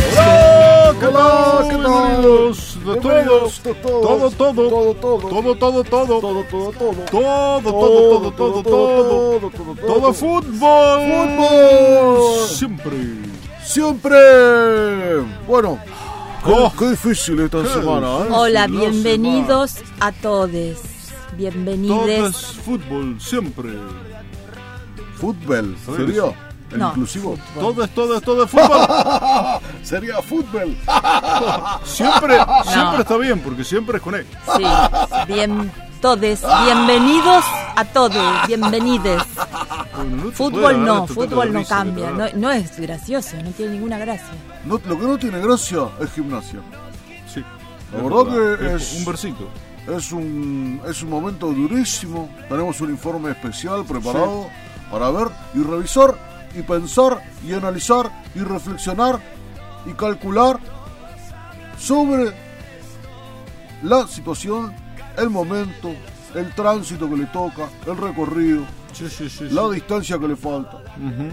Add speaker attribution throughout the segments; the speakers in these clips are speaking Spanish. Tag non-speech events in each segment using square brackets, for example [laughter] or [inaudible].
Speaker 1: Bienvenidos
Speaker 2: Hola, ¿qué tal?
Speaker 1: todos,
Speaker 2: Todos, todo, todo, todo,
Speaker 1: Todo, todo, todo.
Speaker 2: todo, todo, todo.
Speaker 1: Todo, todo, todo, todo, todo.
Speaker 2: todo,
Speaker 1: Todo fútbol.
Speaker 2: Fútbol.
Speaker 1: Siempre.
Speaker 2: Siempre. Bueno, qué,
Speaker 1: Oh.
Speaker 2: qué difícil esta
Speaker 1: Qué
Speaker 2: semana, ¿eh?
Speaker 1: difícil.
Speaker 3: Hola,
Speaker 1: Sí, la
Speaker 3: bienvenidos a todos.
Speaker 1: Todo
Speaker 3: Bienvenides.
Speaker 1: es fútbol. Siempre.
Speaker 2: Fútbol,
Speaker 1: Sí.
Speaker 2: ¿sería? ¿El
Speaker 3: No.
Speaker 2: inclusivo?
Speaker 1: Todo es, todo es, todo es fútbol.
Speaker 2: Sería fútbol. Ah,
Speaker 3: [laughs]
Speaker 1: Siempre, siempre está bien porque siempre es con E. él.
Speaker 3: Sí, bien, todes. Bienvenidos a todos. Bienvenides.
Speaker 1: Bueno, no te puede
Speaker 3: Fútbol
Speaker 1: dar
Speaker 3: no,
Speaker 1: esto, te
Speaker 3: fútbol
Speaker 1: da
Speaker 3: no
Speaker 1: risa,
Speaker 3: cambia.
Speaker 1: te
Speaker 3: No,
Speaker 1: da-
Speaker 3: no es gracioso, no tiene ninguna gracia.
Speaker 2: No, lo que no tiene gracia es gimnasia.
Speaker 1: Sí.
Speaker 2: La
Speaker 1: Es
Speaker 2: verdad que
Speaker 1: Es
Speaker 2: es-
Speaker 1: un versito.
Speaker 2: Es un, es un momento durísimo. Tenemos un informe especial preparado para ver y revisar y pensar y analizar y reflexionar y calcular sobre la situación, el momento, el tránsito que le toca, el recorrido,
Speaker 1: Sí, sí, sí. sí.
Speaker 2: la distancia que le falta.
Speaker 1: Ujú.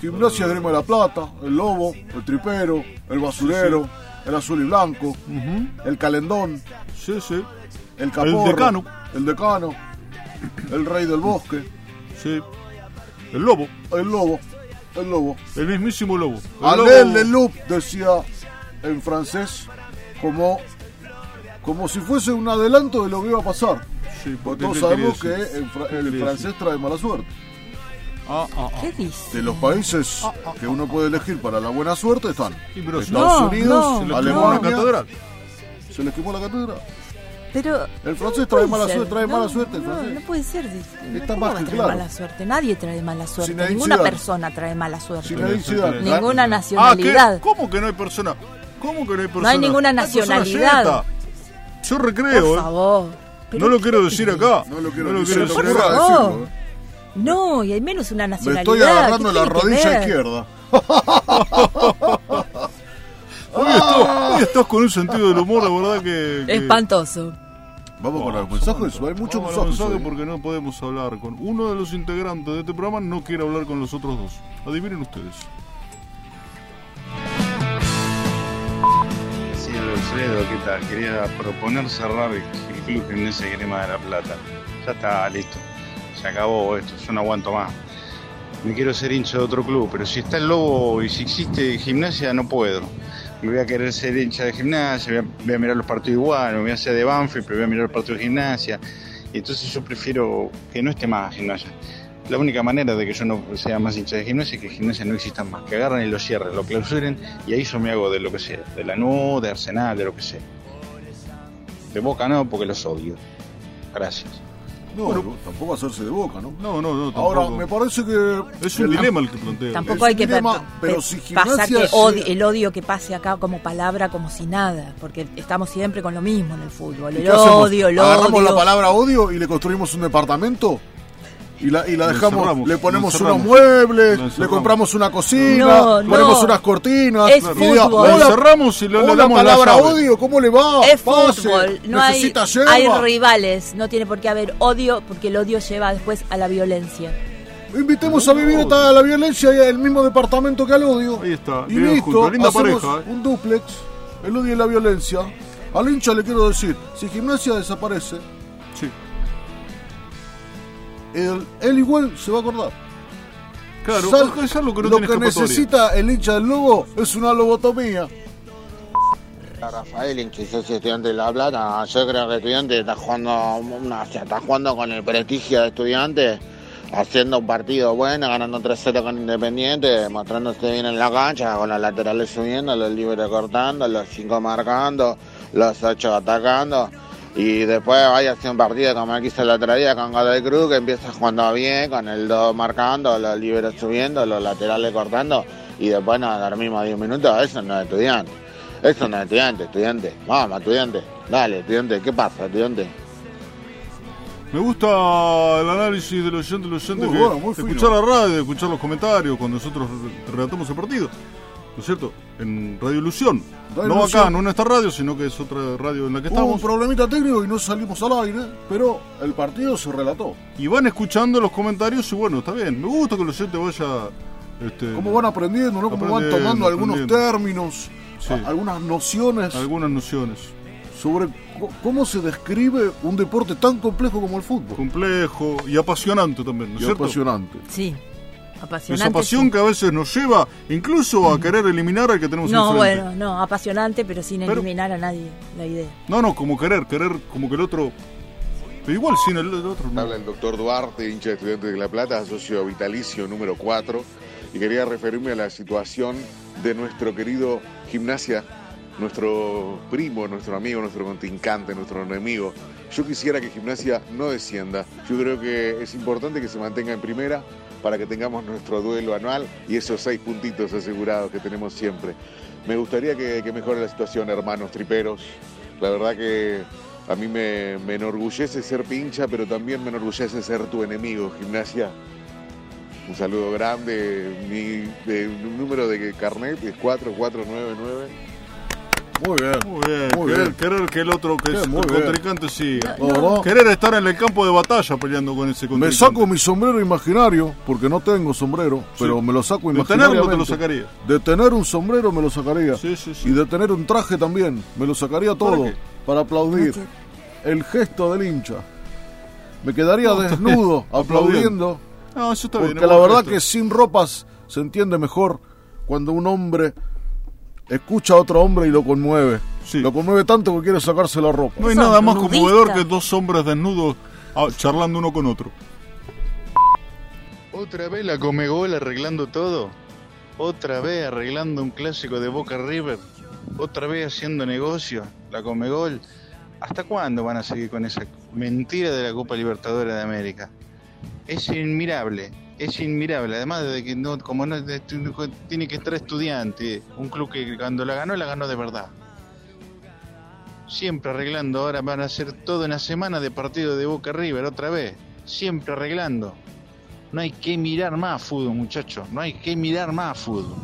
Speaker 2: Gimnasia Grima de la Plata, el Lobo, el Tripero, el Basurero, el Azul y Blanco,
Speaker 1: Ujú.
Speaker 2: el Calendón,
Speaker 1: Sí, sí.
Speaker 2: El caporro,
Speaker 1: El decano.
Speaker 2: El decano. El rey del bosque.
Speaker 1: Sí. El lobo.
Speaker 2: El lobo. El lobo.
Speaker 1: El mismísimo lobo. El
Speaker 2: Alain
Speaker 1: lobo.
Speaker 2: Leloup decía en francés como, como si fuese un adelanto de lo que iba a pasar.
Speaker 1: Sí,
Speaker 2: Porque
Speaker 1: ¿qué
Speaker 2: todos
Speaker 1: quería
Speaker 2: sabemos que
Speaker 1: decir?
Speaker 2: en fra-
Speaker 1: ¿Qué
Speaker 2: el
Speaker 1: quería
Speaker 2: francés
Speaker 1: decir?
Speaker 2: trae mala suerte.
Speaker 1: Ah, ah, ah.
Speaker 3: ¿Qué dice?
Speaker 2: De los países
Speaker 3: Ah,
Speaker 2: que uno puede elegir para la buena suerte están
Speaker 1: Sí, pero si
Speaker 2: Estados
Speaker 3: No, no,
Speaker 2: Unidos,
Speaker 1: se le quemó la
Speaker 2: Alemania.
Speaker 1: catedral. Ah,
Speaker 2: se le quemó la catedral.
Speaker 3: Pero.
Speaker 2: El francés
Speaker 3: no
Speaker 2: trae
Speaker 3: puede
Speaker 2: mala
Speaker 3: ser,
Speaker 2: suerte, trae
Speaker 3: no,
Speaker 2: mala suerte el
Speaker 3: No, no
Speaker 2: francés.
Speaker 3: puede ser. dice, no,
Speaker 2: Está
Speaker 3: ¿cómo
Speaker 2: más
Speaker 3: va a
Speaker 2: que
Speaker 3: traer
Speaker 2: claro.
Speaker 3: mala suerte. Nadie trae mala suerte.
Speaker 2: Sin
Speaker 3: Ninguna
Speaker 2: necesidad.
Speaker 3: persona trae mala suerte.
Speaker 2: Sin nadie se da-
Speaker 3: Ninguna
Speaker 1: Ah, ¿qué?
Speaker 3: nacionalidad.
Speaker 1: ¿Cómo que no hay persona? ¿Cómo que no hay persona?
Speaker 3: ninguna
Speaker 1: Hay persona
Speaker 3: nacionalidad.
Speaker 1: yeta. Yo
Speaker 3: Por
Speaker 1: recreo, ¿eh?
Speaker 3: favor.
Speaker 1: No
Speaker 3: Pero
Speaker 1: lo
Speaker 3: ¿qué
Speaker 1: quiero decir
Speaker 3: dice?
Speaker 1: acá.
Speaker 2: No lo quiero
Speaker 1: No lo
Speaker 2: decir,
Speaker 1: quiero
Speaker 2: no
Speaker 1: decir
Speaker 2: ocurra
Speaker 1: acá.
Speaker 3: favor.
Speaker 2: decirlo, eh.
Speaker 3: No, y hay menos una
Speaker 2: Me
Speaker 3: nacionalidad.
Speaker 2: estoy agarrando
Speaker 3: ¿qué
Speaker 2: la
Speaker 3: tiene que
Speaker 2: rodilla
Speaker 3: ver?
Speaker 2: izquierda.
Speaker 1: Hoy estás, hoy estás con un sentido del humor, la verdad que...
Speaker 2: Eh,
Speaker 1: que-
Speaker 3: Espantoso.
Speaker 2: Vamos con los
Speaker 1: Vamos,
Speaker 2: mensajes,
Speaker 1: vamos.
Speaker 2: hay muchos
Speaker 1: Vamos a los
Speaker 2: mensajes. hoy.
Speaker 1: porque no podemos hablar con uno de los integrantes de este programa, no quiere hablar con los otros dos. Adivinen ustedes.
Speaker 4: Sí, Alfredo, ¿qué tal? Quería proponer cerrar el el club Gimnasia y Grima de la Plata. Ya está, listo. Se acabó esto, yo no aguanto más. Me quiero ser hincha de otro club, pero si está el Lobo y si existe gimnasia, no puedo. Me voy a querer ser hincha de gimnasia, voy a, voy a mirar los partidos igual, me voy a hacer de Banfield, pero voy a mirar los partidos de gimnasia. Y entonces yo prefiero que no esté más gimnasia. La única manera de que yo no sea más hincha de gimnasia es que gimnasia no exista más, que agarran y lo cierren, lo clausuren y ahí yo me hago de lo que sea, de la NU, de Arsenal, de lo que sea. De Boca no, porque los odio. Gracias.
Speaker 2: No, no, tampoco hacerse de boca, ¿no?
Speaker 1: No, no, no, tampoco.
Speaker 2: Ahora, me parece que.
Speaker 1: Es un
Speaker 2: el-
Speaker 1: dilema el que plantea.
Speaker 2: eh,
Speaker 1: Eh,
Speaker 2: Es
Speaker 3: Tampoco
Speaker 2: un
Speaker 3: hay que
Speaker 2: dilema,
Speaker 3: pe-
Speaker 2: pero
Speaker 3: pe-
Speaker 2: si
Speaker 3: pasa
Speaker 2: gimnasia
Speaker 3: que
Speaker 2: se-
Speaker 3: odi- el odio que pase acá como palabra, como si nada, porque estamos siempre con lo mismo en el fútbol.
Speaker 2: ¿Y
Speaker 3: El
Speaker 2: qué hacemos?
Speaker 3: odio, el
Speaker 2: Agarramos
Speaker 3: odio.
Speaker 2: la palabra odio y le construimos un departamento. Y la, y la
Speaker 1: Lo
Speaker 2: dejamos,
Speaker 1: encerramos,
Speaker 2: le ponemos
Speaker 1: lo
Speaker 2: unos
Speaker 1: encerramos.
Speaker 2: muebles,
Speaker 1: Lo
Speaker 2: le
Speaker 1: encerramos.
Speaker 2: compramos una cocina,
Speaker 3: No, no.
Speaker 2: ponemos unas cortinas.
Speaker 3: Es
Speaker 2: y diga,
Speaker 3: fútbol.
Speaker 1: Lo
Speaker 3: Hola,
Speaker 2: hola,
Speaker 1: encerramos y lo le
Speaker 2: hola,
Speaker 1: damos la
Speaker 2: palabra
Speaker 1: llave.
Speaker 2: odio, ¿cómo le va?
Speaker 3: Es
Speaker 2: Pase,
Speaker 3: fútbol, no hay,
Speaker 2: necesita yerba.
Speaker 3: hay rivales, no tiene por qué haber odio, porque el odio lleva después a la violencia.
Speaker 2: Invitemos a vivir esta- la violencia y el mismo departamento que al odio.
Speaker 1: Ahí está,
Speaker 2: Y
Speaker 1: bien
Speaker 2: listo,
Speaker 1: junto, linda
Speaker 2: hacemos
Speaker 1: pareja, ¿eh?
Speaker 2: un duplex, el odio y la violencia. Al hincha le quiero decir, si gimnasia desaparece,
Speaker 1: Sí.
Speaker 2: él, él igual se va a acordar.
Speaker 1: Claro,
Speaker 2: Sal-
Speaker 1: es algo que no
Speaker 2: lo
Speaker 1: tiene
Speaker 2: que
Speaker 1: escapatoria.
Speaker 2: necesita el hincha del lobo es una lobotomía.
Speaker 5: A Rafael, hincha, yo soy estudiante de La Plata. Yo creo que estudiante está jugando, una, se está jugando con el prestigio de estudiante, haciendo un partido bueno, ganando 3-0 con Independiente, mostrándose bien en la cancha, con los laterales subiendo, los libres cortando, los 5 marcando, los 8 atacando. Y después vaya a hacer un partido como el que hizo el otro día con Godoy Cruz, que empieza jugando bien, con el 2 marcando, los libres subiendo, los laterales cortando, y después nos dormimos 10 minutos. Eso no es estudiante. Eso no es estudiante, estudiante. Vamos, estudiante. Dale, estudiante. ¿Qué pasa, estudiante?
Speaker 1: Me gusta el análisis del oyente, del oyente
Speaker 2: Muy
Speaker 1: que-
Speaker 2: bueno, muy
Speaker 1: de
Speaker 2: fino.
Speaker 1: escuchar la radio, de escuchar los comentarios cuando nosotros re- relatamos el partido. ¿No es cierto? En Radio Ilusión.
Speaker 2: Radio
Speaker 1: no
Speaker 2: Ilusión.
Speaker 1: acá, no en esta radio, sino que es otra radio en la que
Speaker 2: Hubo un
Speaker 1: estamos.
Speaker 2: problemita técnico y no salimos al aire, pero el partido se relató.
Speaker 1: Y van escuchando los comentarios y bueno, está bien. Me gusta que el oyente vaya... Este,
Speaker 2: Cómo van aprendiendo, ¿no? Cómo van
Speaker 1: Aprendiendo,
Speaker 2: tomando algunos
Speaker 1: aprendiendo.
Speaker 2: términos,
Speaker 1: Sí.
Speaker 2: a- algunas nociones
Speaker 1: Algunas nociones.
Speaker 2: sobre co- cómo se describe un deporte tan complejo como el fútbol.
Speaker 1: Complejo y apasionante también, ¿no es
Speaker 2: Y
Speaker 1: cierto?
Speaker 2: apasionante.
Speaker 3: Sí. Apasionante.
Speaker 1: Esa pasión
Speaker 3: sí.
Speaker 1: que a veces nos lleva incluso a querer eliminar al que tenemos
Speaker 3: No,
Speaker 1: enfrente.
Speaker 3: bueno, no, apasionante, pero sin
Speaker 1: Pero-
Speaker 3: eliminar a nadie la idea.
Speaker 1: No, no, como querer, querer como que el otro... Pero igual sin el, el otro. no.
Speaker 6: Habla el doctor Duarte, hincha de Estudiantes de La Plata, socio vitalicio número 4. Y quería referirme a la situación de nuestro querido Gimnasia, nuestro primo, nuestro amigo, nuestro contrincante, nuestro enemigo. Yo quisiera que Gimnasia no descienda. Yo creo que es importante que se mantenga en primera para que tengamos nuestro duelo anual y esos seis puntitos asegurados que tenemos siempre. Me gustaría que, que mejore la situación, hermanos triperos. La verdad que a mí me, me enorgullece ser pincha, pero también me enorgullece ser tu enemigo, gimnasia. Un saludo grande. Mi eh, número de carnet es 4499.
Speaker 2: Muy bien.
Speaker 1: Muy bien,
Speaker 2: Muy
Speaker 1: querer,
Speaker 2: bien.
Speaker 1: querer que el otro, que
Speaker 2: Sí,
Speaker 1: es el
Speaker 2: muy bien.
Speaker 1: contrincante siga.
Speaker 2: La verdad,
Speaker 1: Querer estar en el campo de batalla peleando con ese
Speaker 2: me
Speaker 1: contrincante.
Speaker 2: saco mi sombrero imaginario, porque no tengo sombrero, pero me lo saco
Speaker 1: De
Speaker 2: imaginario.
Speaker 1: tenerlo te lo sacaría.
Speaker 2: De tener un sombrero me lo sacaría.
Speaker 1: Sí, sí, sí.
Speaker 2: Y de tener un traje también, me lo sacaría todo
Speaker 1: qué?
Speaker 2: para aplaudir
Speaker 3: No
Speaker 2: el gesto del hincha. Me quedaría desnudo aplaudiendo,
Speaker 1: No, eso está bien.
Speaker 2: porque la verdad que sin ropas se entiende mejor cuando un hombre escucha a otro hombre y lo conmueve.
Speaker 1: Sí.
Speaker 2: Lo conmueve tanto que quiere sacarse la ropa.
Speaker 1: No hay
Speaker 3: Son
Speaker 1: nada más
Speaker 3: nudistas.
Speaker 1: conmovedor que dos hombres desnudos ah, charlando uno con otro.
Speaker 4: Otra vez la Comegol arreglando todo. Otra vez arreglando un clásico de Boca River. Otra vez haciendo negocio. La Comegol. ¿Hasta cuándo van a seguir con esa mentira de la Copa Libertadora de América? Es inmirable. Es inmirable. Además de que no, como no de- tiene que estar estudiante. Un club que cuando la ganó, la ganó de verdad. Siempre arreglando. Ahora van a hacer todo una semana de partido de Boca River otra vez. Siempre arreglando. No hay que mirar más fútbol, muchachos. No hay que mirar más fútbol.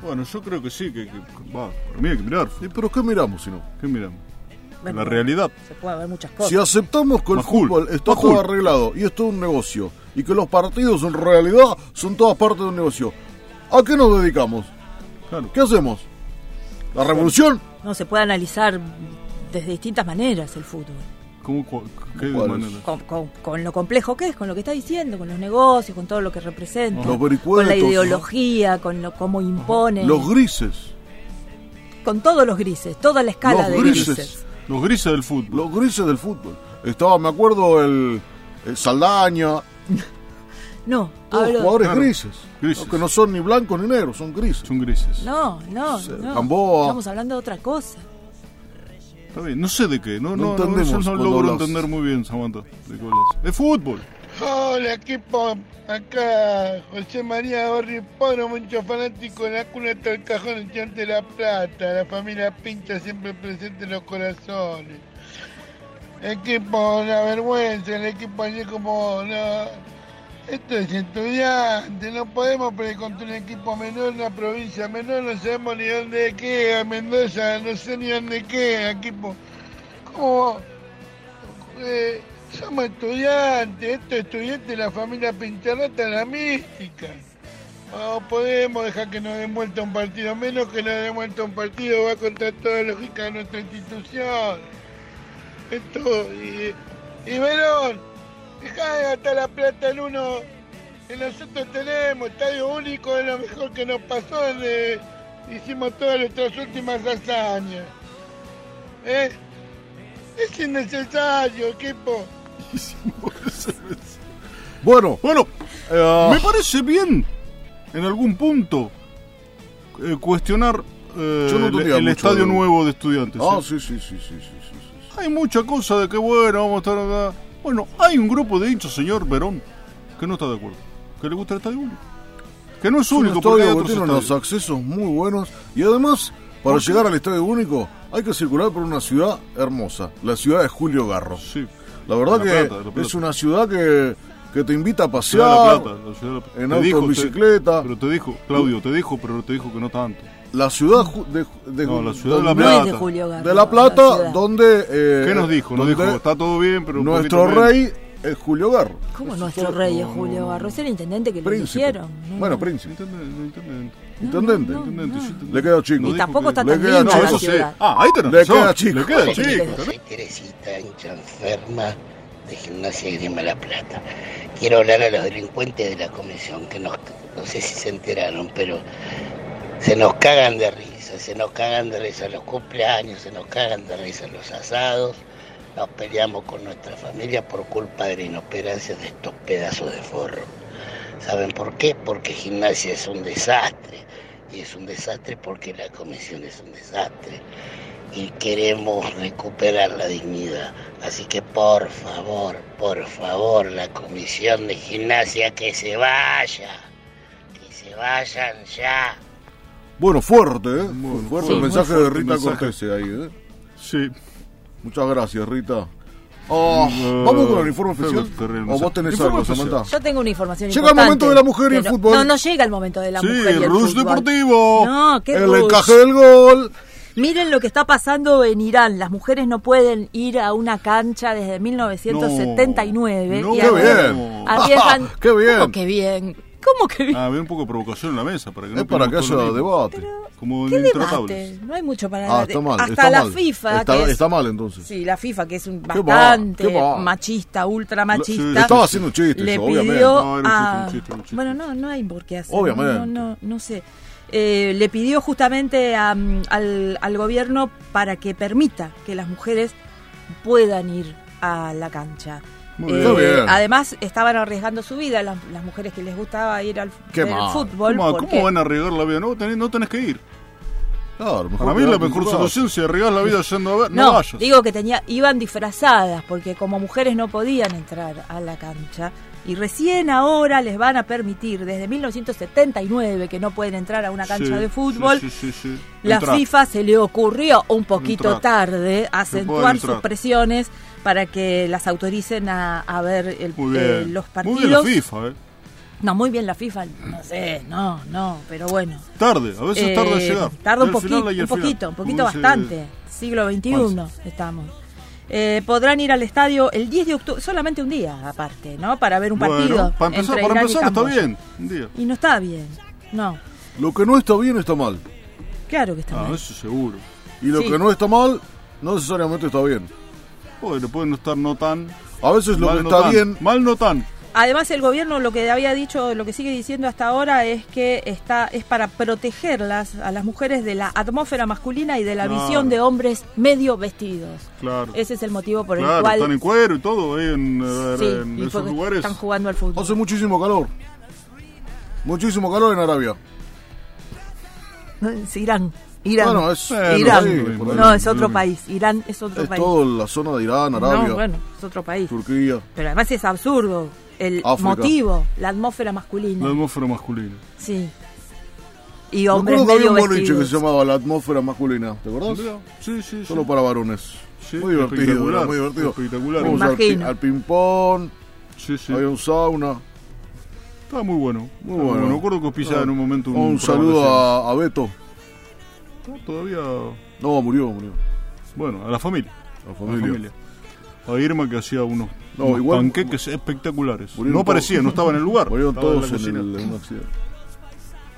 Speaker 1: Bueno, yo creo que sí, que, que- va, para mí hay que mirar.
Speaker 2: Sí, pero ¿qué miramos si no?
Speaker 1: ¿Qué miramos?
Speaker 3: Bueno,
Speaker 1: la realidad.
Speaker 3: Se puede ver muchas cosas.
Speaker 2: Si aceptamos que el
Speaker 1: Majul,
Speaker 2: fútbol está
Speaker 1: Majul.
Speaker 2: todo arreglado y es todo un negocio, y que los partidos en realidad son todas partes de un negocio, ¿a qué nos dedicamos?
Speaker 1: Claro.
Speaker 2: ¿Qué hacemos? ¿La revolución?
Speaker 3: No, se puede analizar desde distintas maneras el fútbol.
Speaker 1: ¿Cómo, cua- qué
Speaker 2: ¿Cuál es?
Speaker 1: manera?
Speaker 3: Con, con- con lo complejo que es, con lo que está diciendo, con los negocios, con todo lo que representa,
Speaker 2: Los
Speaker 3: con
Speaker 2: vericuetos,
Speaker 3: la ideología, con lo, cómo impone,
Speaker 2: Los grises.
Speaker 3: con todos los grises, toda la escala
Speaker 2: Los
Speaker 3: de
Speaker 2: grises.
Speaker 3: grises.
Speaker 1: Los grises del fútbol.
Speaker 2: Los grises del fútbol. Estaba, me acuerdo, el, el Saldaña,
Speaker 3: No,
Speaker 2: todos
Speaker 3: hablo-
Speaker 2: jugadores
Speaker 1: Claro.
Speaker 2: grises.
Speaker 1: Grises.
Speaker 2: Que no son ni blancos ni negros, son grises.
Speaker 1: Son grises.
Speaker 3: No, no,
Speaker 2: Sí,
Speaker 3: no.
Speaker 2: Gamboa.
Speaker 3: Estamos hablando de otra cosa.
Speaker 1: Está bien, no sé de qué. No,
Speaker 2: No
Speaker 1: no, no, eso
Speaker 2: entendemos
Speaker 1: no
Speaker 2: cuando
Speaker 1: logro
Speaker 2: hablas.
Speaker 1: entender muy bien, Samantha. De qué hablas. Es fútbol.
Speaker 7: Hola equipo, acá José María Orri Pablo, mucho fanático en la cuna hasta el cajón estudiante de la plata, la familia pincha siempre presente en los corazones. Equipo, una vergüenza, el equipo ayer como no, esto es estudiante, no podemos pelear contra un equipo menor, una provincia menor, no sabemos ni dónde queda, Mendoza, no sé ni dónde queda, equipo. ¿Cómo? Eh, somos estudiantes, estos estudiantes de la familia Pincharrata la mística. No podemos dejar que nos den vuelta un partido, menos que nos den vuelta un partido, va contra toda lógica de nuestra institución. Esto, y, y Verón, dejá de gastar la plata en uno que nosotros tenemos, estadio único es lo mejor que nos pasó donde hicimos todas nuestras últimas hazañas. ¿Eh? Es innecesario, equipo.
Speaker 2: Bueno,
Speaker 1: Bueno, ah.
Speaker 2: eh,
Speaker 1: Me parece bien, en algún punto, eh, cuestionar eh,
Speaker 2: Yo no
Speaker 1: el,
Speaker 2: entendía
Speaker 1: el
Speaker 2: mucho
Speaker 1: estadio
Speaker 2: de-
Speaker 1: nuevo de estudiantes.
Speaker 2: ah,
Speaker 1: ¿eh?
Speaker 2: sí, sí, sí, sí, sí, sí, sí, sí.
Speaker 1: Hay mucha cosa de que bueno, vamos a estar acá. Bueno, hay un grupo de hinchas, señor Verón, que no está de acuerdo, que le gusta el estadio único. Que no es
Speaker 2: Es un
Speaker 1: único, porque hay
Speaker 2: estadio que
Speaker 1: otros
Speaker 2: tiene unos
Speaker 1: estadios.
Speaker 2: accesos muy buenos y además Para llegar al Estadio Único hay que circular por una ciudad hermosa, la ciudad de Julio Garro.
Speaker 1: Sí.
Speaker 2: La verdad
Speaker 1: La
Speaker 2: que
Speaker 1: Plata, La Plata.
Speaker 2: es una ciudad que, que te invita a
Speaker 1: Ciudad de la
Speaker 2: pasear.
Speaker 1: Plata, la Ciudad de la Plata.
Speaker 2: en
Speaker 1: Te
Speaker 2: auto, en
Speaker 1: te-
Speaker 2: bicicleta.
Speaker 1: pero te dijo, Claudio, te dijo, pero te dijo que no tanto.
Speaker 2: La ciudad ju- de, de-
Speaker 1: No, la ciudad de La
Speaker 2: donde-
Speaker 3: No es de
Speaker 1: Plata.
Speaker 3: Julio Garro.
Speaker 2: de La Plata,
Speaker 3: ciudad.
Speaker 2: donde... eh,
Speaker 1: ¿Qué nos dijo? Nos dijo,
Speaker 2: donde
Speaker 1: está todo bien, pero. un
Speaker 2: nuestro
Speaker 1: poquito menos.
Speaker 2: rey es Julio Garro.
Speaker 3: ¿Cómo
Speaker 2: Eso
Speaker 3: nuestro
Speaker 2: fue-
Speaker 3: rey es
Speaker 2: no, no,
Speaker 3: Julio
Speaker 2: no.
Speaker 3: Garro? Es el intendente que lo
Speaker 2: Príncipe.
Speaker 3: eligieron. No,
Speaker 2: Bueno,
Speaker 3: no.
Speaker 2: príncipe.
Speaker 1: Intendente, intendente.
Speaker 2: Intendente.
Speaker 1: Intendente, sí, intendente.
Speaker 2: Le queda chico.
Speaker 1: Nos
Speaker 3: Y
Speaker 1: dijo
Speaker 3: tampoco
Speaker 1: que-
Speaker 3: está
Speaker 2: le
Speaker 3: tan
Speaker 2: queda-
Speaker 3: linda
Speaker 2: no,
Speaker 3: la
Speaker 2: eso sí.
Speaker 3: ciudad.
Speaker 1: Ah, ahí tenés
Speaker 2: Le
Speaker 1: razón.
Speaker 2: queda chico.
Speaker 1: Le queda chico.
Speaker 3: Yo
Speaker 1: tenés-
Speaker 8: Soy Teresita, hincha enferma de Gimnasia y Grima La Plata. Quiero hablar a los delincuentes de la comisión, que nos- no sé si se enteraron, pero se nos cagan de risa, se nos cagan de risa los cumpleaños, se nos cagan de risa los asados, nos peleamos con nuestra familia por culpa de la inoperancia de estos pedazos de forro. ¿Saben por qué? Porque Gimnasia es un desastre, y es un desastre porque la comisión es un desastre y queremos recuperar la dignidad. Así que por favor, por favor, la comisión de gimnasia que se vaya, que se vayan ya.
Speaker 2: Bueno, fuerte, ¿eh? fuerte,
Speaker 1: fuerte,
Speaker 2: el
Speaker 1: muy
Speaker 2: mensaje
Speaker 1: fuerte
Speaker 2: de Rita
Speaker 1: mensaje.
Speaker 2: Cortese ahí, ¿eh?
Speaker 1: Sí.
Speaker 2: Muchas gracias, Rita. Ah,
Speaker 1: Eh,
Speaker 2: Vamos con el informe oficial.
Speaker 1: terrible, terrible.
Speaker 2: O vos tenés
Speaker 1: Informe
Speaker 2: algo,
Speaker 1: oficial.
Speaker 2: Samantha.
Speaker 3: tengo una información
Speaker 2: Llega el
Speaker 3: importante.
Speaker 2: momento de la mujer y el
Speaker 3: Pero-
Speaker 2: fútbol.
Speaker 3: No, no llega el momento de la
Speaker 1: Sí,
Speaker 3: mujer y el
Speaker 1: Rush
Speaker 3: fútbol.
Speaker 1: Deportivo.
Speaker 3: No, qué
Speaker 2: El
Speaker 3: Rush.
Speaker 2: encaje del gol.
Speaker 3: Miren lo que está pasando en Irán. Las mujeres no pueden ir a una cancha desde 1979.
Speaker 1: No,
Speaker 3: y
Speaker 1: qué
Speaker 2: [laughs]
Speaker 3: arriesgan-
Speaker 1: bien.
Speaker 3: Arriesgan.
Speaker 2: Qué bien.
Speaker 3: ¿Cómo que bien? ¿Cómo que bien?
Speaker 1: Ah, había un poco de provocación en la mesa para que no
Speaker 2: Es para que
Speaker 1: pidamos
Speaker 2: haya
Speaker 1: todo lo mismo.
Speaker 2: debate.
Speaker 1: Como
Speaker 3: ¿Qué
Speaker 1: en
Speaker 3: debate?
Speaker 1: intratables.
Speaker 3: No hay mucho para
Speaker 2: Ah,
Speaker 1: eh,
Speaker 3: debate.
Speaker 2: está mal.
Speaker 3: Hasta
Speaker 2: está
Speaker 3: la
Speaker 2: mal.
Speaker 3: FIFA.
Speaker 2: Está,
Speaker 3: que es-
Speaker 2: está mal entonces.
Speaker 3: Sí, la FIFA, que es un
Speaker 2: Qué va,
Speaker 3: bastante
Speaker 2: qué va.
Speaker 3: machista, ultra
Speaker 1: Sí,
Speaker 3: machista.
Speaker 1: sí,
Speaker 2: Estaba haciendo un chiste,
Speaker 3: le
Speaker 2: yo,
Speaker 3: pidió
Speaker 2: obviamente.
Speaker 1: No, era un chiste,
Speaker 3: a-
Speaker 1: un chiste, un chiste.
Speaker 3: Bueno, no, no hay por qué hacer.
Speaker 2: Obviamente.
Speaker 3: No, no, no sé. Eh, le pidió justamente a, mm, al, al gobierno para que permita que las mujeres puedan ir a la cancha. Eh,
Speaker 1: Muy
Speaker 2: bien. Está bien.
Speaker 3: Además, estaban arriesgando su vida las, las mujeres que les gustaba ir al
Speaker 2: Qué
Speaker 3: ver el
Speaker 2: mal.
Speaker 3: fútbol.
Speaker 1: ¿Cómo,
Speaker 3: porque-
Speaker 1: cómo van a arriesgar la vida? No tenés, no tenés que ir.
Speaker 2: Claro, mejor
Speaker 1: Para mí
Speaker 2: quedarte
Speaker 1: la
Speaker 2: en tu
Speaker 1: mejor
Speaker 2: casa.
Speaker 1: solución si arriesgas la vida yendo a ver, no,
Speaker 3: No,
Speaker 1: vayas.
Speaker 3: digo que tenía, iban disfrazadas porque como mujeres no podían entrar a la cancha y recién ahora les van a permitir desde 1979 que no pueden entrar a una cancha
Speaker 1: Sí,
Speaker 3: de fútbol.
Speaker 1: sí, sí, sí, sí.
Speaker 3: La
Speaker 1: Entrá.
Speaker 3: FIFA se le ocurrió un poquito
Speaker 1: Entrar.
Speaker 3: tarde acentuar sus
Speaker 1: entrar.
Speaker 3: presiones para que las autoricen a, a ver el-
Speaker 1: Muy bien.
Speaker 3: eh, los partidos.
Speaker 1: Muy bien la FIFA, eh.
Speaker 3: No, muy bien la FIFA, no sé, no, no, pero bueno.
Speaker 1: Pues Tarde, a veces
Speaker 3: Eh,
Speaker 1: tarda en llegar.
Speaker 3: Tarda un
Speaker 1: El final
Speaker 3: poquito,
Speaker 1: y el
Speaker 3: un
Speaker 1: final.
Speaker 3: poquito, un poquito
Speaker 1: Como dice-
Speaker 3: bastante. Siglo XXI
Speaker 1: Juanse.
Speaker 3: estamos. Eh, podrán ir al estadio el 10 de octubre, solamente un día aparte, ¿no? Para ver un partido.
Speaker 1: Bueno, para empezar,
Speaker 3: entre
Speaker 1: para
Speaker 3: Irán y
Speaker 1: empezar está
Speaker 3: Camboya.
Speaker 1: bien. Un día.
Speaker 3: Y no está bien, no.
Speaker 2: Lo que no está bien está mal.
Speaker 3: Claro que está
Speaker 1: Ah,
Speaker 3: mal.
Speaker 1: eso seguro.
Speaker 2: Y lo
Speaker 3: Sí.
Speaker 2: que no está mal, no necesariamente está bien.
Speaker 1: Bueno, puede no estar no tan.
Speaker 2: A veces lo
Speaker 1: mal
Speaker 2: que
Speaker 1: no
Speaker 2: está
Speaker 1: tan.
Speaker 2: bien.
Speaker 1: Mal no tan.
Speaker 3: Además, el gobierno lo que había dicho, lo que sigue diciendo hasta ahora es que está es para protegerlas a las mujeres de la atmósfera masculina y de la
Speaker 1: Claro.
Speaker 3: visión de hombres medio vestidos.
Speaker 1: Claro.
Speaker 3: Ese es el motivo por el
Speaker 1: claro,
Speaker 3: cual
Speaker 1: están en cuero y todo ahí en, eh,
Speaker 3: Sí,
Speaker 1: en
Speaker 3: y
Speaker 1: esos
Speaker 3: porque
Speaker 1: lugares.
Speaker 3: están jugando al fútbol.
Speaker 2: Hace muchísimo calor. Muchísimo calor en Arabia.
Speaker 3: Es Irán. Irán.
Speaker 2: Bueno, es- eh,
Speaker 1: Bueno,
Speaker 3: Irán.
Speaker 1: sí, por ahí.
Speaker 3: no, es otro país. Irán es otro
Speaker 2: Es
Speaker 3: país.
Speaker 2: toda la zona de Irán, Arabia,
Speaker 3: No, bueno, es otro país.
Speaker 2: Turquía.
Speaker 3: Pero además es absurdo el
Speaker 2: África.
Speaker 3: motivo, la atmósfera masculina.
Speaker 1: La atmósfera masculina.
Speaker 3: Sí. Y
Speaker 2: Me
Speaker 3: hombres
Speaker 2: acuerdo que había
Speaker 3: medio
Speaker 2: un boliche que
Speaker 3: vestidos.
Speaker 2: se llamaba La Atmósfera Masculina. ¿Te acordás?
Speaker 1: Sí, sí, sí.
Speaker 2: Solo para varones.
Speaker 1: Sí,
Speaker 2: muy divertido,
Speaker 1: espectacular,
Speaker 2: era muy divertido.
Speaker 1: espectacular.
Speaker 2: Vamos
Speaker 3: Me
Speaker 2: al, pi-
Speaker 3: imagino.
Speaker 2: al ping-pong,
Speaker 1: Sí, sí.
Speaker 2: había un sauna.
Speaker 1: Estaba muy bueno.
Speaker 2: Muy
Speaker 1: Estaba
Speaker 2: bueno. Ah,
Speaker 1: Me acuerdo que auspiciaba en un momento un,
Speaker 2: Un, saludo a, a Beto.
Speaker 1: programa de cine. Todavía.
Speaker 2: No, murió, murió.
Speaker 1: Bueno, a la familia.
Speaker 2: La
Speaker 1: A la
Speaker 2: familia.
Speaker 1: familia. A Irma que hacía unos,
Speaker 2: No,
Speaker 1: unos
Speaker 2: igual-
Speaker 1: panqueques espectaculares.
Speaker 2: Murieron
Speaker 1: No aparecía,
Speaker 2: todos.
Speaker 1: no estaba en el lugar.
Speaker 2: Murieron
Speaker 1: Estaba en la
Speaker 2: todos en,
Speaker 1: cocina.
Speaker 2: el, en un accidente.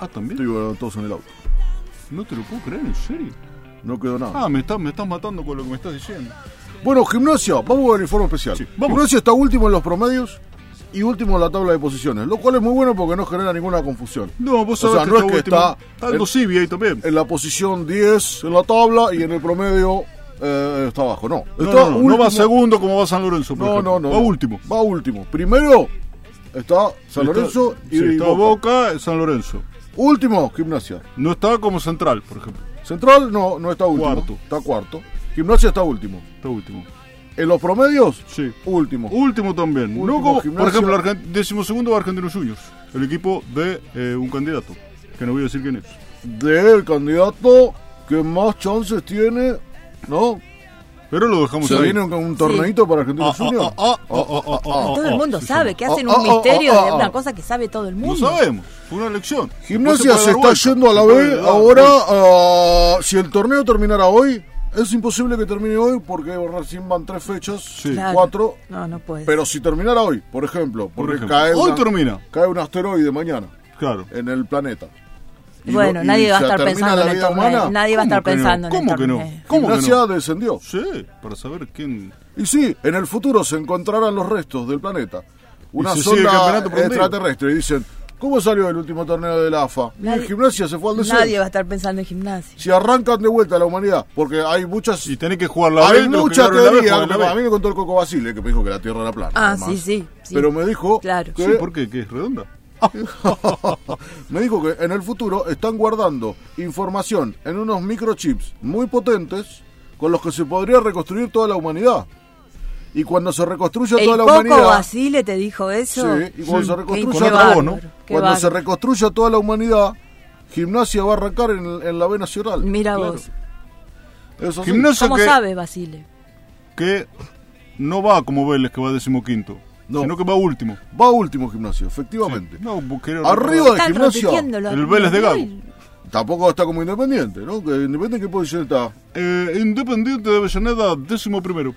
Speaker 1: Ah,
Speaker 2: Sí,
Speaker 1: también.
Speaker 2: murieron todos en el auto.
Speaker 1: No te lo puedo creer, en serio.
Speaker 2: No quedó nada.
Speaker 1: Ah, me estás, me estás matando con lo que me estás diciendo.
Speaker 2: Bueno, gimnasia, vamos con el informe especial.
Speaker 1: Sí, vamos.
Speaker 2: Gimnasia está último en los promedios y último en la tabla de posiciones, lo cual es muy bueno porque no genera ninguna confusión.
Speaker 1: No, vos
Speaker 2: O
Speaker 1: sabés
Speaker 2: sea,
Speaker 1: que
Speaker 2: no
Speaker 1: está
Speaker 2: es que
Speaker 1: último.
Speaker 2: está-
Speaker 1: Está Aldo Civi ahí también.
Speaker 2: En la posición 10 en la tabla y en el promedio eh, está abajo, no.
Speaker 1: No,
Speaker 2: Está
Speaker 1: no, no, no
Speaker 2: último-
Speaker 1: va segundo como va San Lorenzo. por
Speaker 2: No,
Speaker 1: ejemplo.
Speaker 2: no, no.
Speaker 1: Va
Speaker 2: no.
Speaker 1: último.
Speaker 2: Va último. Primero está San Lorenzo
Speaker 1: Está-
Speaker 2: y
Speaker 1: sí, está
Speaker 2: Boca.
Speaker 1: Boca, San Lorenzo.
Speaker 2: Último, gimnasia.
Speaker 1: No está como Central, por ejemplo.
Speaker 2: Central no, no está último.
Speaker 1: Cuarto.
Speaker 2: Está cuarto. Gimnasia está último.
Speaker 1: Está último.
Speaker 2: En los promedios,
Speaker 1: Sí.
Speaker 2: último.
Speaker 1: Último también.
Speaker 2: Último,
Speaker 1: no como,
Speaker 2: Gimnasia.
Speaker 1: por ejemplo, Argen- decimosegundo Argentinos Juniors. El equipo de eh, un candidato. Que no voy a decir quién es.
Speaker 2: Del candidato que más chances tiene, ¿no?
Speaker 1: Pero lo dejamos
Speaker 2: Se
Speaker 1: ahí.
Speaker 2: viene un, un torneito para Argentinos
Speaker 1: Ah, ah,
Speaker 2: Juniors.
Speaker 1: ah, ah, ah, ah, ah,
Speaker 3: todo el
Speaker 1: ah,
Speaker 3: mundo
Speaker 1: sí,
Speaker 3: sabe
Speaker 1: sí.
Speaker 3: que hacen
Speaker 2: Ah, ah,
Speaker 3: un misterio
Speaker 2: ah, ah,
Speaker 3: de
Speaker 2: ah.
Speaker 3: una cosa que sabe todo el
Speaker 1: No
Speaker 3: mundo.
Speaker 1: sabemos. Fue una elección.
Speaker 2: Gimnasia
Speaker 1: No
Speaker 2: se
Speaker 1: puede dar vuelta.
Speaker 2: está yendo a la
Speaker 1: No puede
Speaker 2: B.
Speaker 1: dar
Speaker 2: Ahora,
Speaker 1: vuelta.
Speaker 2: ah, si el torneo terminara hoy, es imposible que termine hoy porque recién van tres fechas,
Speaker 3: Claro.
Speaker 2: cuatro.
Speaker 3: No, no puede.
Speaker 2: Pero si terminara hoy, por ejemplo,
Speaker 1: Por
Speaker 2: porque
Speaker 1: ejemplo,
Speaker 2: cae,
Speaker 1: hoy
Speaker 2: una-
Speaker 1: termina.
Speaker 2: cae un asteroide mañana
Speaker 1: Claro.
Speaker 2: en el planeta.
Speaker 3: bueno,
Speaker 2: lo- y
Speaker 3: nadie va a
Speaker 2: se
Speaker 3: estar
Speaker 2: termina
Speaker 3: pensando
Speaker 2: la
Speaker 3: en el
Speaker 2: vida
Speaker 3: torneo.
Speaker 2: humana,
Speaker 3: Nadie va a
Speaker 1: ¿Cómo
Speaker 3: estar
Speaker 1: que no?
Speaker 3: pensando en
Speaker 1: ¿Cómo
Speaker 3: el
Speaker 1: que no?
Speaker 3: torneo.
Speaker 1: ¿Cómo que
Speaker 2: Gimnasia
Speaker 1: no?
Speaker 2: descendió.
Speaker 1: Sí, para saber quién.
Speaker 2: Y sí, en el futuro se encontrarán los restos del planeta. Una
Speaker 1: se sigue el
Speaker 2: sonda
Speaker 1: campeonato por un día.
Speaker 2: extraterrestre. Y dicen, ¿cómo salió el último torneo del AFA? Y el
Speaker 3: Nadie-
Speaker 2: gimnasia se fue al descenso.
Speaker 3: Nadie va a estar pensando en gimnasia.
Speaker 2: Si arrancan de vuelta a la humanidad, porque hay muchas...
Speaker 1: Y tenés que jugar la B.
Speaker 2: Hay
Speaker 1: te lo
Speaker 2: mucha
Speaker 1: jugaron la B,
Speaker 2: teoría.
Speaker 1: jugaron la B.
Speaker 2: a mí me contó el Coco Basile, que me dijo que la Tierra era plana.
Speaker 3: Ah,
Speaker 2: además.
Speaker 3: sí, sí, sí.
Speaker 2: Pero me dijo...
Speaker 3: Claro.
Speaker 2: que-
Speaker 1: Sí, ¿por qué? ¿Que es redonda?
Speaker 2: [laughs] Me dijo que en el futuro están guardando información en unos microchips muy potentes con los que se podría reconstruir toda la humanidad. Y cuando se reconstruya
Speaker 3: El
Speaker 2: toda la
Speaker 3: Coco
Speaker 2: humanidad...
Speaker 3: Basile te dijo
Speaker 2: Sí,
Speaker 3: eso. Mm,
Speaker 2: y cuando se
Speaker 3: Qué
Speaker 2: reconstruya
Speaker 3: bárbaro,
Speaker 2: toda,
Speaker 3: qué
Speaker 2: cuando se
Speaker 3: bárbaro.
Speaker 2: reconstruya toda la humanidad, gimnasia va a arrancar en, en la B nacional.
Speaker 3: Mira
Speaker 2: Claro,
Speaker 3: vos.
Speaker 2: eso sí.
Speaker 1: Gimnasia
Speaker 3: ¿Cómo
Speaker 1: que,
Speaker 3: sabe Basile?
Speaker 1: que no va como Vélez, que va decimoquinto.
Speaker 2: No.
Speaker 1: Sino que va último.
Speaker 2: Va último gimnasia, efectivamente.
Speaker 1: No, porque era-
Speaker 2: Arriba de
Speaker 3: Están
Speaker 2: gimnasia.
Speaker 3: repitiéndolo.
Speaker 1: El Vélez de Gago.
Speaker 2: Tampoco está como independiente, ¿no? Que independiente en qué posición está.
Speaker 1: Eh, Independiente de Avellaneda, décimo primero.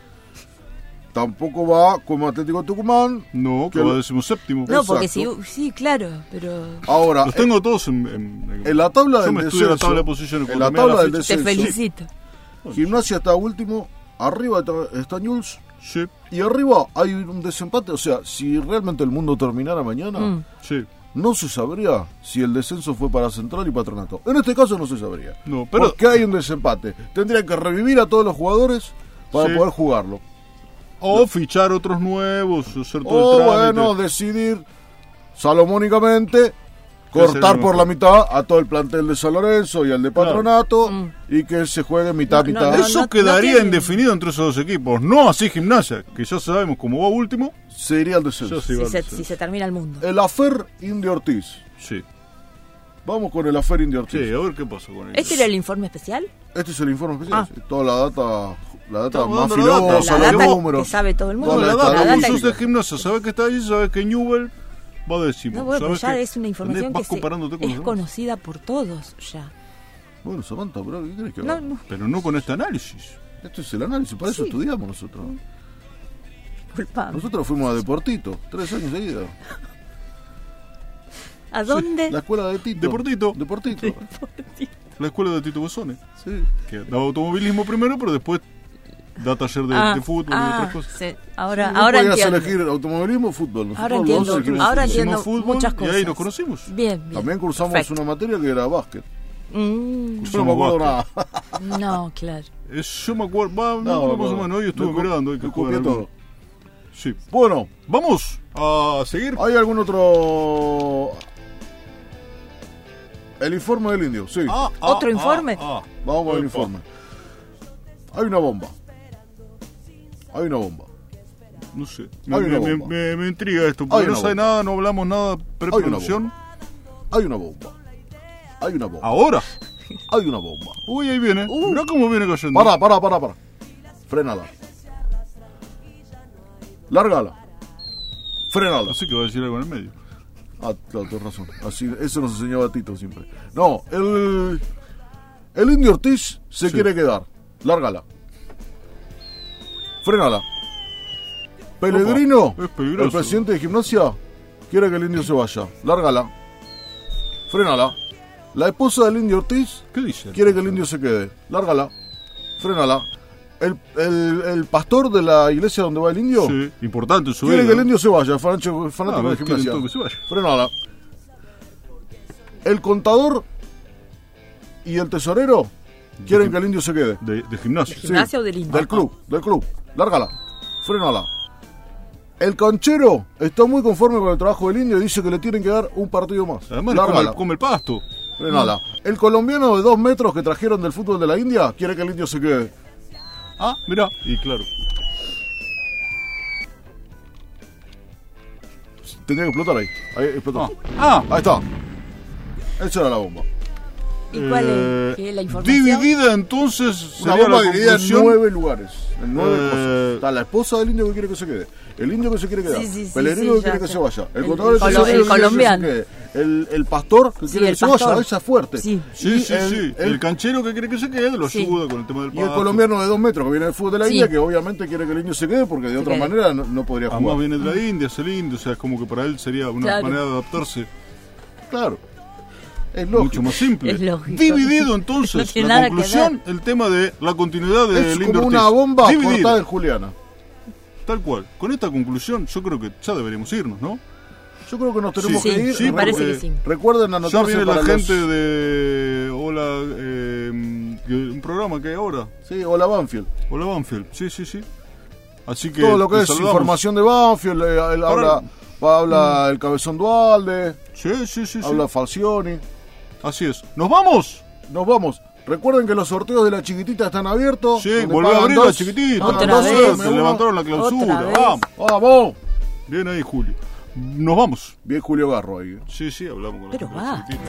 Speaker 2: Tampoco va como Atlético Tucumán.
Speaker 1: No, que
Speaker 2: Que
Speaker 1: va
Speaker 2: lo-
Speaker 1: décimo séptimo.
Speaker 3: No, porque si.
Speaker 2: Exacto.
Speaker 3: Sí, claro, pero.
Speaker 2: Ahora,
Speaker 1: Los tengo todos en. en-
Speaker 2: en la tabla
Speaker 1: Yo
Speaker 2: del
Speaker 1: me estudio
Speaker 2: descenso.
Speaker 1: la tabla de posiciones.
Speaker 2: en
Speaker 1: cuando
Speaker 2: la
Speaker 1: me da
Speaker 2: tabla del
Speaker 1: fecha.
Speaker 3: Te
Speaker 2: descenso.
Speaker 3: felicito.
Speaker 2: Gimnasia está último. Arriba está- está Newell's.
Speaker 1: Sí,
Speaker 2: Y arriba hay un desempate. O sea, si realmente el mundo terminara mañana,
Speaker 3: Mm.
Speaker 1: sí.
Speaker 2: no se sabría si el descenso fue para Central y Patronato. En este caso no se sabría.
Speaker 1: No, pero-
Speaker 2: Porque hay un desempate. Tendrían que revivir a todos los jugadores para
Speaker 1: Sí.
Speaker 2: poder jugarlo.
Speaker 1: O fichar otros nuevos, hacer todo
Speaker 2: O
Speaker 1: el trámite.
Speaker 2: bueno, decidir salomónicamente
Speaker 1: será lo
Speaker 2: cortar por
Speaker 1: mejor?
Speaker 2: la mitad a todo el plantel de San Lorenzo y al de
Speaker 1: Claro.
Speaker 2: Patronato y que se juegue mitad
Speaker 3: Mm. No, no,
Speaker 2: mitad.
Speaker 3: no,
Speaker 1: Eso
Speaker 3: no
Speaker 1: quedaría
Speaker 3: tiene-
Speaker 1: indefinido entre esos dos equipos. No así Gimnasia, que ya sabemos cómo va último.
Speaker 2: Sería el
Speaker 1: Ya
Speaker 2: descenso.
Speaker 1: se
Speaker 3: Si
Speaker 1: va
Speaker 3: se,
Speaker 1: al
Speaker 3: si se termina el mundo.
Speaker 2: El afer Indio Ortiz.
Speaker 1: Sí.
Speaker 2: Vamos con el afer Indio Ortiz.
Speaker 1: Sí, a ver qué pasa con ellos.
Speaker 3: ¿Este era el informe especial?
Speaker 2: Este es el informe especial.
Speaker 3: Ah.
Speaker 2: sí. Toda la data, la data
Speaker 1: Estamos
Speaker 2: más
Speaker 1: dando la data.
Speaker 2: filosa,
Speaker 3: La
Speaker 2: los
Speaker 3: data
Speaker 2: números.
Speaker 3: que sabe todo el mundo.
Speaker 1: la
Speaker 2: Toda
Speaker 3: la
Speaker 1: data,
Speaker 3: data
Speaker 1: vos
Speaker 3: que-
Speaker 1: sos de gimnasia, sabes que está allí, sabes que Newell va décimo.
Speaker 3: No, bueno, pero
Speaker 1: sabés
Speaker 3: ya
Speaker 1: que
Speaker 3: es una información
Speaker 1: tenés-
Speaker 3: que
Speaker 1: vas
Speaker 3: se-
Speaker 1: comparándote con
Speaker 3: es
Speaker 1: los demás.
Speaker 3: conocida por todos ya.
Speaker 2: Bueno, Samantha, pero ¿qué crees que
Speaker 3: No,
Speaker 2: va?
Speaker 3: no,
Speaker 1: Pero no con este análisis.
Speaker 2: Esto es el análisis, para eso estudiamos nosotros.
Speaker 3: disculpame.
Speaker 2: Nosotros fuimos a Deportito, tres años seguidos.
Speaker 3: ¿A dónde?
Speaker 2: La escuela de Tito.
Speaker 1: Deportito.
Speaker 2: Deportito.
Speaker 1: La escuela de Tito Bosone,
Speaker 2: Sí.
Speaker 1: que daba automovilismo primero, pero después da taller de,
Speaker 3: Ah,
Speaker 1: de fútbol y
Speaker 3: ah,
Speaker 1: otras cosas.
Speaker 3: sí. Ahora,
Speaker 2: Vos
Speaker 3: ahora
Speaker 2: podías
Speaker 3: entiendo.
Speaker 2: elegir automovilismo o fútbol. Nosotros
Speaker 3: Ahora
Speaker 2: los
Speaker 3: entiendo,
Speaker 2: dos elegimos
Speaker 3: ahora
Speaker 2: fútbol.
Speaker 1: Hicimos
Speaker 3: entiendo
Speaker 1: fútbol
Speaker 3: muchas
Speaker 1: y
Speaker 3: cosas.
Speaker 1: ahí nos conocimos.
Speaker 3: Bien, bien.
Speaker 2: También cursamos
Speaker 3: perfecto.
Speaker 2: una materia que era básquet.
Speaker 3: Mm,
Speaker 2: Yo no me acuerdo [laughs] nada.
Speaker 3: no, claro.
Speaker 1: Es- yo me acuerdo, va, no,
Speaker 2: No,
Speaker 1: no,
Speaker 2: no,
Speaker 1: más o
Speaker 2: no.
Speaker 1: menos, hoy estuve
Speaker 2: Me co-
Speaker 1: mirando, hay que
Speaker 2: me
Speaker 1: jugar
Speaker 2: copié
Speaker 1: algo. Sí.
Speaker 2: Bueno,
Speaker 1: Vamos a seguir.
Speaker 2: ¿hay algún otro...? El informe del indio, sí.
Speaker 1: Ah, ah,
Speaker 3: ¿Otro
Speaker 1: ah,
Speaker 3: informe?
Speaker 1: ah.
Speaker 2: Vamos al
Speaker 1: Opa.
Speaker 2: informe. Hay una bomba. Hay una bomba.
Speaker 1: No sé. Me,
Speaker 2: Hay una
Speaker 1: me-
Speaker 2: bomba.
Speaker 1: me- me intriga esto, porque
Speaker 2: Hay
Speaker 1: no
Speaker 2: una
Speaker 1: sabe
Speaker 2: bomba.
Speaker 1: nada, no hablamos nada preproducción.
Speaker 2: Hay una bomba. Hay una bomba.
Speaker 1: Ahora.
Speaker 2: Hay una bomba.
Speaker 1: Uy, ahí viene.
Speaker 2: Uh.
Speaker 1: Mirá cómo viene cayendo.
Speaker 2: Pará, pará, pará, pará. Frenala. Lárgala. Frenala.
Speaker 1: Así que va a decir algo en el medio.
Speaker 2: Ah, claro, tenés razón. Así, eso nos enseñaba Tito siempre. No, el. El Indio Ortiz se quiere quedar. Lárgala. Frenala. Pellegrino,
Speaker 1: Opa, es peligroso.
Speaker 2: el presidente de gimnasia, quiere que el indio se vaya. Lárgala. Frenala. La esposa del Indio Ortiz
Speaker 1: ¿Qué dice?
Speaker 2: quiere que el indio se quede. Lárgala. Frenala. El, el- el pastor de la iglesia donde va el indio
Speaker 1: Sí, importante su
Speaker 2: quiere
Speaker 1: vida.
Speaker 2: que el indio se vaya. Fanático, fanático
Speaker 1: Ah,
Speaker 2: de
Speaker 1: quieren
Speaker 2: gimnasia.
Speaker 1: todo que se vaya.
Speaker 2: Frenala. El contador y el tesorero quieren que el indio se quede.
Speaker 1: De, de gimnasio.
Speaker 2: Sí.
Speaker 3: ¿Gimnasia o del Indio?
Speaker 2: Del club, del club. Lárgala. Frenala. El canchero está muy conforme con el trabajo del indio y dice que le tienen que dar un partido más.
Speaker 1: Además, come,
Speaker 2: Lárgala.
Speaker 1: el- come el pasto.
Speaker 2: Frenala. El colombiano de dos metros que trajeron del fútbol de la India quiere que el indio se quede.
Speaker 1: Ah, mirá. Y claro.
Speaker 2: Tendría que explotar ahí. Ahí explotó.
Speaker 1: Ah,
Speaker 2: Ahí está. Esa era la bomba.
Speaker 3: ¿Y cuál
Speaker 1: Eh,
Speaker 3: es? ¿Qué es la información?
Speaker 1: Dividida entonces
Speaker 2: Una
Speaker 1: sería
Speaker 2: bomba
Speaker 1: la
Speaker 2: dividida en
Speaker 1: conclusión.
Speaker 2: nueve lugares. En nueve
Speaker 1: Eh,
Speaker 2: cosas. Está la esposa del indio que quiere que se quede. El indio que se quiere quedar.
Speaker 3: Sí, sí, sí,
Speaker 2: Pelerino
Speaker 3: sí,
Speaker 2: que quiere
Speaker 3: ya
Speaker 2: que
Speaker 3: sé.
Speaker 2: se vaya. El
Speaker 3: El-
Speaker 2: contador
Speaker 3: el
Speaker 2: de
Speaker 3: colo- el
Speaker 2: servicios que quiere que
Speaker 3: colombiano.
Speaker 2: se quede. El, el pastor que quiere
Speaker 3: el
Speaker 2: que se
Speaker 3: pastor.
Speaker 2: vaya. Esa es fuerte.
Speaker 3: Sí.
Speaker 1: Sí,
Speaker 2: Y
Speaker 1: sí,
Speaker 2: el-
Speaker 1: sí. El,
Speaker 2: el-
Speaker 1: canchero que cree que se quede lo
Speaker 3: Sí.
Speaker 1: ayuda con el tema del
Speaker 2: y el
Speaker 1: pasto.
Speaker 2: colombiano de dos metros que viene del fútbol de la
Speaker 3: Sí.
Speaker 2: India, que obviamente quiere que el indio se quede porque de otra
Speaker 3: quede.
Speaker 2: manera no, no podría jugar.
Speaker 1: Además viene de la India, es el indio, o sea, es como que para él sería una
Speaker 3: Claro.
Speaker 1: manera de adaptarse
Speaker 2: Claro. Es lógico.
Speaker 1: mucho más simple.
Speaker 3: Es lógico.
Speaker 1: Dividido
Speaker 3: No
Speaker 1: entonces,
Speaker 3: tiene
Speaker 1: la
Speaker 3: nada que
Speaker 1: conclusión, el tema de la continuidad del
Speaker 2: es
Speaker 1: indio
Speaker 2: como
Speaker 1: Ortiz.
Speaker 2: una bomba
Speaker 1: Dividido.
Speaker 2: cortada en Juliana.
Speaker 1: Tal cual. Con esta conclusión, yo creo que ya deberíamos irnos, ¿no?
Speaker 2: Yo creo que nos tenemos
Speaker 3: Sí,
Speaker 2: que ir.
Speaker 3: sí, me parece que sí.
Speaker 2: Recuerden
Speaker 1: Ya
Speaker 2: anotarse
Speaker 1: viene
Speaker 2: para
Speaker 1: la
Speaker 2: los-
Speaker 1: gente de Hola, eh, que- un programa que hay ahora,
Speaker 2: Sí, hola Banfield.
Speaker 1: Hola Banfield, sí, sí, sí. Así que
Speaker 2: Todo lo que
Speaker 1: te
Speaker 2: es
Speaker 1: saludamos.
Speaker 2: información de Banfield, eh, él
Speaker 1: Ahora- Mm.
Speaker 2: habla, va- habla el Cabezón Dualde,
Speaker 1: Sí, sí, sí, sí.
Speaker 2: habla Falcioni.
Speaker 1: Así es. ¿Nos vamos?
Speaker 2: Nos vamos. Recuerden que los sorteos de la chiquitita están abiertos.
Speaker 1: Sí,
Speaker 2: donde
Speaker 1: volvió a
Speaker 2: pagan
Speaker 1: abrir la
Speaker 2: dos,
Speaker 1: chiquitita.
Speaker 2: pagan
Speaker 3: Otra
Speaker 2: dos,
Speaker 3: vez.
Speaker 2: dame
Speaker 1: Se
Speaker 2: uno.
Speaker 1: levantaron la clausura.
Speaker 3: Otra vez.
Speaker 1: Vamos.
Speaker 2: ¡Vamos!
Speaker 1: Bien ahí, Julio. Nos vamos.
Speaker 2: Bien Julio Garro ahí.
Speaker 1: Sí, sí, hablamos con la
Speaker 3: Pero
Speaker 1: gente.
Speaker 3: va.